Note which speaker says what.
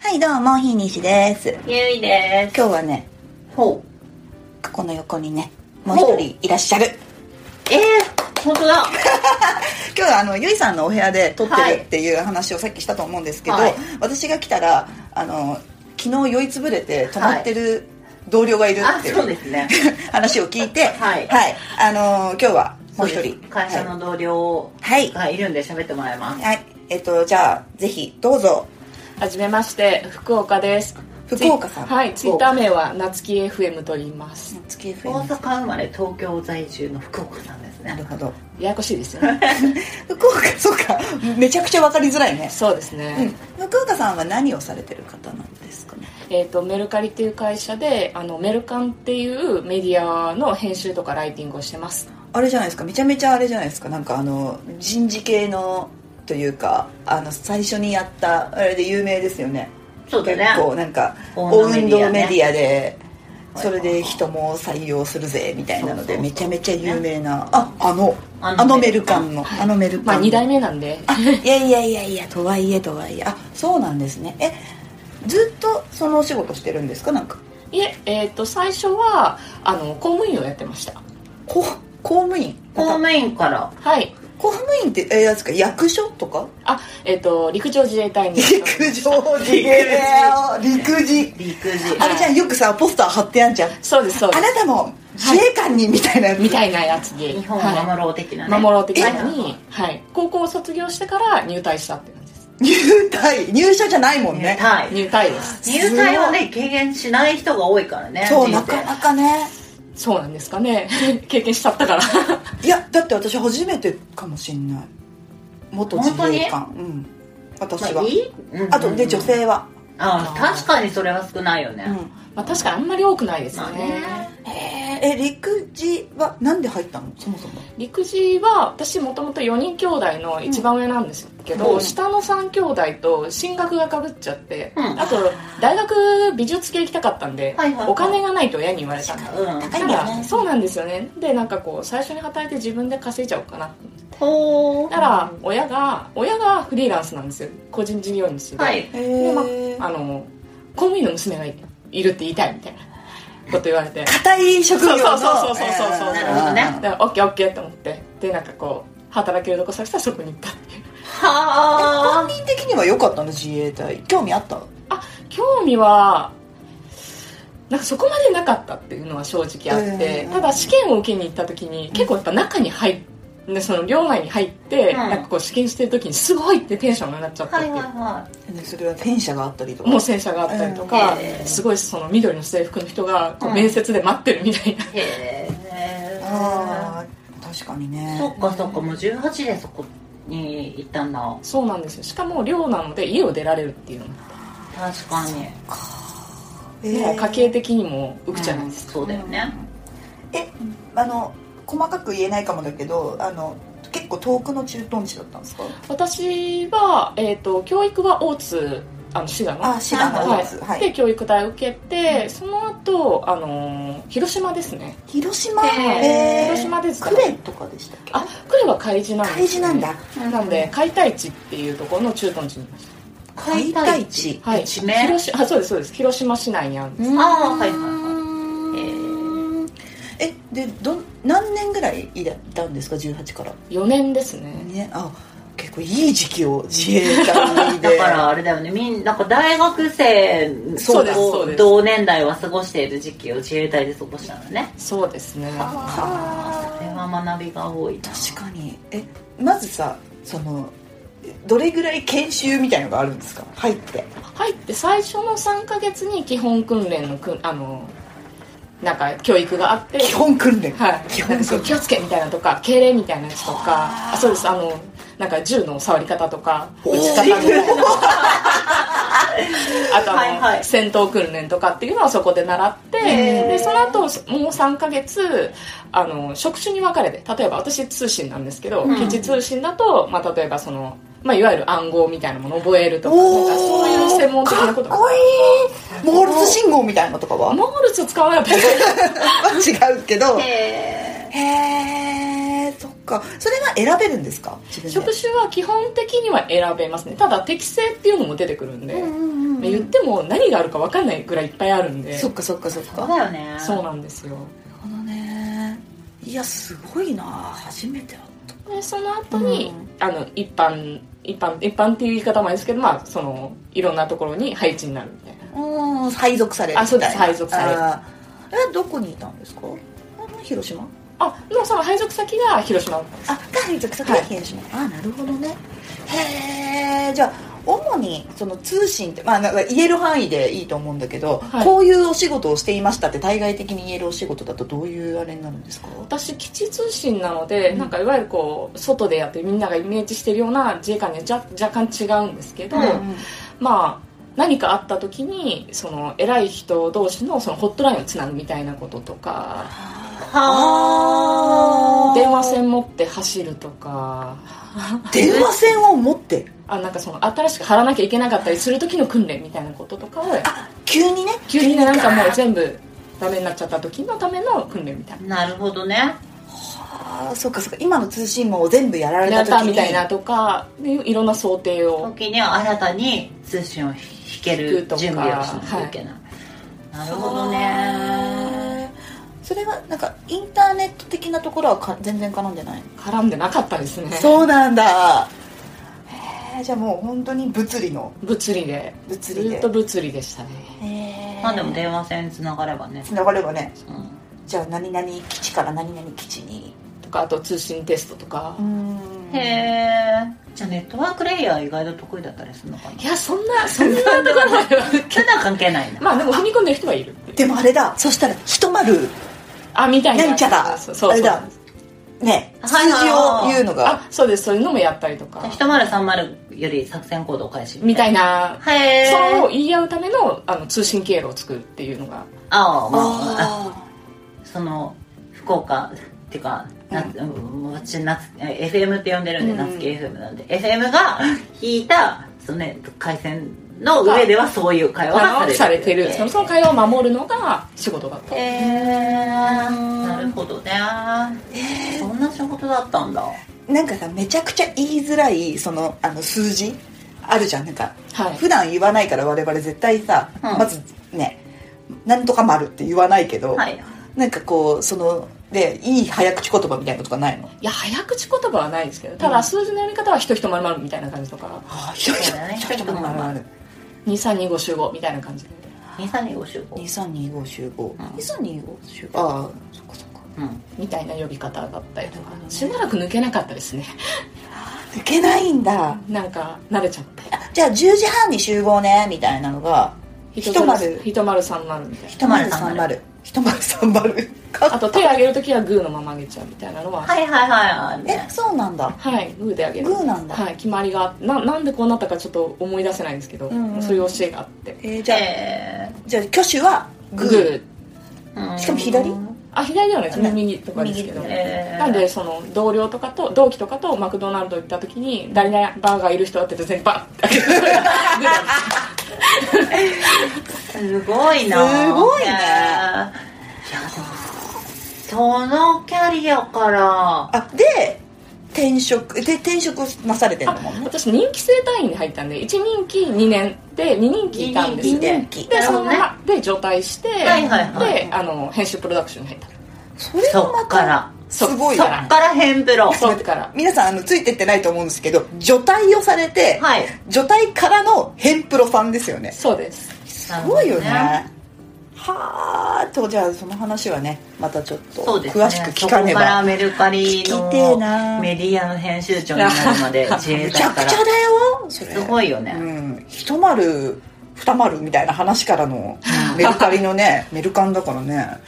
Speaker 1: はいどうもひにしです
Speaker 2: ゆいです。
Speaker 1: 今日はね
Speaker 2: ほう。
Speaker 1: 過去の横にねもう一人いらっしゃる
Speaker 2: えー、本当だ。
Speaker 1: 今日はあのゆいさんのお部屋で撮って
Speaker 2: はい
Speaker 1: るっていう話をさっきしたと思うんですけど、
Speaker 2: はい
Speaker 1: 私が来たらあの昨日酔いつぶれて泊まってる同僚がいる
Speaker 2: あ、
Speaker 1: っていう、
Speaker 2: そうですね。
Speaker 1: 話を聞いて
Speaker 2: はい
Speaker 1: あの今日はもう一
Speaker 2: そうで
Speaker 1: 人
Speaker 2: す会社の同僚
Speaker 1: はい、はい
Speaker 2: がいるんで喋ってもらいます。
Speaker 1: はいえっとじゃあぜひどうぞ
Speaker 3: はじめまして福岡です
Speaker 1: 福岡さん
Speaker 3: ツイはい
Speaker 2: 岡
Speaker 3: ツイッター名は夏木 FM と言います
Speaker 1: 月
Speaker 2: 大
Speaker 1: FM
Speaker 2: 阪生まれ東京在住の福岡さんです
Speaker 1: なる
Speaker 2: ね。
Speaker 1: ほど
Speaker 3: ややこしいですよね
Speaker 1: 福岡そうかめちゃくちゃ分かりづらいね
Speaker 3: そうです
Speaker 1: う
Speaker 3: ね、
Speaker 1: ん、福岡さんは何をされてる方なんですかね
Speaker 3: えっ、とメルカリっていう会社であのメルカンっていうメディアの編集とかライティングをしてます
Speaker 1: あれじゃないですかめちゃめちゃあれじゃないですかなんかあの人事系のというかあの最初にやったあれで有名ですよね
Speaker 2: そうだね。
Speaker 1: 結構なんか
Speaker 2: 大
Speaker 1: 大
Speaker 2: 運
Speaker 1: 運
Speaker 2: 動
Speaker 1: 動
Speaker 2: メ
Speaker 1: メ
Speaker 2: デ
Speaker 1: ディアで
Speaker 2: はい
Speaker 1: それで人も採用するぜみたいなので
Speaker 2: そうそうそう
Speaker 1: めちゃめちゃ有名なああの
Speaker 2: あの
Speaker 1: あのメルカンのあのメルカン
Speaker 3: まあ2代
Speaker 1: 目
Speaker 3: 目なんで
Speaker 1: いやいやいやいやとはいえとはいえあそうなんですねえずっとそのお仕事してるんですかなんか
Speaker 3: いええっ、と最初はあの公務員をやってました
Speaker 1: こ公務員
Speaker 2: 公務員から
Speaker 3: はい
Speaker 1: 公務員ってえやつか役所とか
Speaker 3: あえっ、と陸上自衛隊に
Speaker 1: 陸上自衛陸自
Speaker 2: 陸
Speaker 1: あれじゃんよくさポスター貼ってあんじゃんあ
Speaker 3: そうですそうで
Speaker 1: なたも自衛官にみたいなやつ
Speaker 3: すみたいなやつで
Speaker 2: 自日本を
Speaker 3: はい
Speaker 2: 守ろう的なね。
Speaker 3: 守ろう的なの
Speaker 2: は
Speaker 3: に、はい、高校を卒業してから入隊したって感じです
Speaker 1: 入隊入社じゃないもん
Speaker 2: い。
Speaker 1: ね
Speaker 2: 入隊。
Speaker 3: 入隊です
Speaker 2: 入隊はね経験しない人が多いからね。
Speaker 1: そう
Speaker 2: 人
Speaker 1: な
Speaker 2: 生
Speaker 1: かなかね
Speaker 3: そうなんですかね 経験しちゃったから
Speaker 1: いやだって私初めてかもしんない元自衛官うん私
Speaker 2: ま
Speaker 1: は
Speaker 2: あいい。うんうん
Speaker 1: あとで女。性は
Speaker 2: あ、確かにそれは少ないよね。
Speaker 3: まあ確かにあんまり多くないですよ
Speaker 2: まあ
Speaker 3: ね,、
Speaker 2: ね。
Speaker 1: ええ陸自はなんで入ったのそもそも
Speaker 3: 陸自は私もともと4人兄弟の一番上なんですけど、
Speaker 1: うん
Speaker 3: 下の3兄弟と進学がかぶっちゃって、
Speaker 2: うん
Speaker 3: あと大学美術系行きたかったんで、
Speaker 2: はいはいはい
Speaker 3: お金がないと親に言われたんで
Speaker 2: うん。
Speaker 1: 高いんだよね
Speaker 3: そうなんですよねでなんかこう最初に働いて自分で稼いじゃおうかなって
Speaker 2: ほう。
Speaker 3: だから親が親がフリーランスなんですよ個人事業主で、
Speaker 2: はい。
Speaker 3: でま
Speaker 1: え
Speaker 3: あの公務員の娘がいいるって言いたいみたいなこと言われて
Speaker 1: 硬い職業の
Speaker 3: そうそうそうそうそうそう
Speaker 2: なるほどね
Speaker 3: でオッケーオッケーと思ってでなんかこう働けるとこ探したらそこに行ったっていう
Speaker 2: はあ
Speaker 1: 本。人的には良かったの自衛隊興味あった
Speaker 3: 興味はなんかそこまでなかったっていうのは正直あって、
Speaker 1: うん
Speaker 3: ただ試験を受けに行った時に結構やっぱ中に入って。でその寮内に入って、
Speaker 2: うん
Speaker 3: なんかこう試験してる時にすごいってテンションが上がっちゃったっ
Speaker 2: は
Speaker 3: てい、
Speaker 2: いうはいは
Speaker 1: ねそれは戦車があったりとか
Speaker 3: もう戦車があったりとか、
Speaker 2: うんへー
Speaker 3: すごいその緑の制服の人がこ
Speaker 2: う
Speaker 3: うん面接で待ってるみたいな、
Speaker 2: い。へえ。
Speaker 1: ああ確かにね
Speaker 2: そっかそっかもう18でそこに行ったんだ
Speaker 3: そうなんですよしかも寮なので家を出られるっていうのが
Speaker 2: 確かに
Speaker 1: え
Speaker 3: もう
Speaker 1: ー
Speaker 3: 家計的にも浮くじゃないですか、
Speaker 2: そうだよね
Speaker 1: えあの細かく言えないかもだけどあの結構遠くの駐屯地だったんですか
Speaker 3: 私は、えー、と教育は大津あの滋賀の
Speaker 1: あ滋賀の
Speaker 3: は
Speaker 1: や
Speaker 3: い
Speaker 1: つはい、
Speaker 3: で教育大受けて、その後、あのー広島ですね
Speaker 1: 広島え
Speaker 2: へー
Speaker 3: 広島ですか
Speaker 1: 呉とかでしたっけ
Speaker 3: あ呉は海事なんです、ね、
Speaker 1: 海事なんだ
Speaker 3: なので海対地っていうところの駐屯地にいまし
Speaker 1: 海対地
Speaker 3: たはい
Speaker 2: 地名
Speaker 3: 広しあそうですそうです広島市内にあるんです
Speaker 2: んあーはいはいはい
Speaker 1: はいえでどん何年ぐらいいたんですか18から
Speaker 3: 4年ですね、
Speaker 1: ねあ結構いい時期を自衛隊で
Speaker 2: だからあれだよねみんなんか大学生
Speaker 3: そうですそうです
Speaker 2: 同年代は過ごしている時期を自衛隊で過ごしたのね
Speaker 3: そうですね
Speaker 2: あそれは学びが多いな
Speaker 1: 確かにえまずさそのどれぐらい研修みたいのがあるんですか入って
Speaker 3: 入って最初の3ヶ月に基本訓練のくんあのなんか教育があって
Speaker 1: 基本訓練
Speaker 3: はい
Speaker 1: 基
Speaker 3: な
Speaker 1: 本
Speaker 3: んか そう
Speaker 1: 訓
Speaker 3: 気をつけみたいなのとか敬礼みたいなやつと
Speaker 1: は
Speaker 3: か
Speaker 1: あ
Speaker 3: あそうですあのなんか銃の触り方とか
Speaker 1: お
Speaker 3: 撃
Speaker 1: ー
Speaker 3: ち方みたいなのとかあとあの、
Speaker 2: はいはい
Speaker 3: 戦闘訓練とかっていうのはそこで習って
Speaker 1: へー
Speaker 3: でその後もう3ヶ月あの職種に分かれて例えば私通信なんですけど、
Speaker 2: うん
Speaker 3: 基地通信だと、まあ、例えばその、まあ、いわゆる暗号みたいなものを覚えるとか
Speaker 1: おー
Speaker 3: なんかそういう専門的なこと
Speaker 1: かっこいいモールス信号みたいなのとか は、
Speaker 3: モールス使わなかったです
Speaker 1: 違うけどへ
Speaker 2: へえ
Speaker 1: えそっかそれは選べるんですか自分
Speaker 3: 職
Speaker 1: で
Speaker 3: 種は基本的には選べますねただ適性っていうのも出てくるんで、まあ言っても何があるか分かんないぐらいいっぱいあるんで
Speaker 1: そっかそっかそっ
Speaker 2: そ
Speaker 1: か
Speaker 2: う
Speaker 1: な
Speaker 2: だ
Speaker 1: る
Speaker 2: よね
Speaker 3: そうなんですよ
Speaker 1: ほどねいやすごいな初めて会っ
Speaker 3: でその後
Speaker 1: う
Speaker 3: に、
Speaker 1: ん
Speaker 3: あの一般一般一般っていう言い方もあれですけどまあそのいろんなところに配置になるみたいな
Speaker 1: たうん配属される
Speaker 3: あそうです
Speaker 1: みたいな
Speaker 3: 配属される
Speaker 1: あーえどこにいたんですかあ広島
Speaker 3: あでもその配属先が広島
Speaker 1: あが配属先
Speaker 3: は
Speaker 1: が
Speaker 3: い
Speaker 1: 広島、あなるほどねへえじゃあ主にその通信って、まあ、なんか言える範囲でいいと思うんだけど、
Speaker 3: はい
Speaker 1: こういうお仕事をしていましたって対外的に言えるお仕事だとどういうあれになるんですか
Speaker 3: 私基地通信なので、
Speaker 1: うん
Speaker 3: なんかいわゆるこう外でやってみんながイメージしてるような自衛官にはじゃ若干違うんですけど、
Speaker 2: うん
Speaker 1: うん
Speaker 3: まあ何かあった時にその偉い人同士のそのホットラインをつなぐみたいなこととか
Speaker 1: あー
Speaker 3: 電話線持って走るとか
Speaker 1: 電話線を持って
Speaker 3: あなんかその新しく貼らなきゃいけなかったりする時の訓練みたいなこととかを
Speaker 1: 急にね
Speaker 3: 急にねなんかもう全部ダメになっちゃった時のための訓練みたい
Speaker 2: なるほどね
Speaker 1: ああそうかそうか今の通信網を全部やら
Speaker 3: な
Speaker 1: れ
Speaker 3: や
Speaker 1: た
Speaker 3: っ
Speaker 1: 時
Speaker 3: たみ
Speaker 1: に
Speaker 3: たいなとかでいろんな想定を
Speaker 2: 時には新たに通信を引け
Speaker 3: 引く
Speaker 2: る
Speaker 3: とか
Speaker 2: 準備をしなきゃいけない、なるほどね
Speaker 1: あーそれはなんかインターネット的なところはか全然絡んでない
Speaker 3: 絡んでなかったですね
Speaker 1: そうなんだへえじゃあもう本当に物理の
Speaker 3: 物理で
Speaker 1: 物
Speaker 3: ず
Speaker 1: 理で
Speaker 3: っと物理でしたね
Speaker 1: へえ
Speaker 2: まあでも電話線つながればね
Speaker 1: つながればね
Speaker 2: うん
Speaker 1: じゃあ何々基地から何々基地に
Speaker 3: とかあと通信テストとか
Speaker 1: うーん
Speaker 2: へえじゃあネットワークレイヤー意外と得意だったりするのか ない
Speaker 3: やそんなそんなところまでは
Speaker 2: そんな関係ないな
Speaker 3: まあでも踏み込んでる人はいる
Speaker 1: でもあれだそしたらひとまる
Speaker 3: あみたいな
Speaker 1: なんちゃら
Speaker 3: そうそう
Speaker 1: あれだね数
Speaker 2: はい
Speaker 1: 字を言うのが
Speaker 3: あそうですそういうのもやったりとか
Speaker 2: 1030より作戦行動開始
Speaker 3: みたい
Speaker 2: な
Speaker 3: な
Speaker 2: へえ
Speaker 3: それを言い合うためのあの通信経路を作るっていうのが
Speaker 2: ああまあ
Speaker 1: あー
Speaker 2: その福岡っていうかなうん、私夏え FM って呼んでるんで、
Speaker 3: うん
Speaker 2: 夏木 FM なんで FM が引いたその、ね、回線の上ではそういう会話
Speaker 3: あの
Speaker 2: が
Speaker 3: さ
Speaker 2: さ
Speaker 3: れ
Speaker 2: れ
Speaker 3: て
Speaker 2: て
Speaker 3: る
Speaker 2: る
Speaker 3: そのその会話を守るのが仕事だった
Speaker 2: へえなるほどねそんな仕事だったんだ
Speaker 1: なんかさめちゃくちゃ言いづらいそのあの数字あるじゃんなんか
Speaker 3: はい
Speaker 1: 普段言わないから我々絶対さ、
Speaker 2: うん
Speaker 1: まずねなんとか丸って言わないけど、
Speaker 2: はい
Speaker 1: なんかこうそのでいい早口言葉みたいなのとかないの
Speaker 3: いや早口言葉はないですけどただ数字のやり方は人人丸々みたいな感じとか
Speaker 1: ああひどいひどいひどいひどいひどいひどい
Speaker 3: 2325集合みたいな感じで
Speaker 2: 2325集合
Speaker 1: 2325集合
Speaker 2: ん
Speaker 1: 2325集合ああそっかそっか
Speaker 2: うん
Speaker 3: みたいな呼び方だったりと
Speaker 1: な
Speaker 3: か
Speaker 1: るほどね
Speaker 3: しばらく抜けなかったですね
Speaker 1: 抜けないんだ
Speaker 3: なんか慣れちゃって
Speaker 1: じゃあ10時半に集合ねみたいなのがひとまる
Speaker 3: ひとまるさんまるみた
Speaker 1: 1
Speaker 3: いな
Speaker 1: 丸3丸1丸3丸
Speaker 3: あと手上げるときはグーのまま上げちゃうみたいなのは
Speaker 2: はいはいはい
Speaker 1: えそうなんだ
Speaker 3: はい、グーであげる
Speaker 1: グーなんだ
Speaker 3: はい、決まりがななんでこうなったかちょっと思い出せないんですけど、
Speaker 1: うんうん
Speaker 3: そういう教えがあって
Speaker 1: えーじゃあ、
Speaker 2: え
Speaker 1: じゃあ挙手はグ
Speaker 3: グー
Speaker 1: ー
Speaker 2: ー
Speaker 1: しかも左
Speaker 3: あ左ではないです
Speaker 1: ね
Speaker 3: 右とかですけど、
Speaker 1: 右
Speaker 2: えー
Speaker 3: なんでその同僚とかと同期とかとマクドナルド行った時に誰々バーガーいる人だって全然バッて開けて グーなんです
Speaker 2: すごいな
Speaker 1: すごいね
Speaker 2: いやでもそのキャリアから
Speaker 1: あで転職で転職なされてるんだもん
Speaker 3: あ
Speaker 1: ね
Speaker 3: 私任期制隊員に入ったんで1任期2年で2任期いたんです
Speaker 2: 二
Speaker 3: ね
Speaker 1: 任期
Speaker 3: でその
Speaker 2: な
Speaker 3: ま
Speaker 2: る
Speaker 3: まで除隊して、
Speaker 2: いはいはい
Speaker 3: であの編集プロダクションに入った
Speaker 1: それ
Speaker 2: そ
Speaker 1: もま
Speaker 2: っか
Speaker 1: た
Speaker 2: ら
Speaker 1: すごい
Speaker 2: そ
Speaker 1: よ
Speaker 2: っから変プロ
Speaker 3: そっから
Speaker 1: 皆さんあのついてってないと思うんですけど除隊をされて、
Speaker 2: はい
Speaker 1: 除隊からの変プロさんですよねす
Speaker 3: そうです
Speaker 2: す
Speaker 1: ごいよねはあとじゃあその話はねまたちょっと
Speaker 2: そうですね
Speaker 1: 詳しく聞かね
Speaker 2: そこから
Speaker 1: ば、
Speaker 2: メルカリ
Speaker 1: 聞きてえ
Speaker 2: の
Speaker 1: な
Speaker 2: メディアの編集長になるまで自衛
Speaker 1: めち
Speaker 2: 隊
Speaker 1: ゃく
Speaker 2: から
Speaker 1: ちゃだよそれ
Speaker 2: すごいよね
Speaker 1: うん一丸二丸みたいな話からのメルカリのねメルカンだからね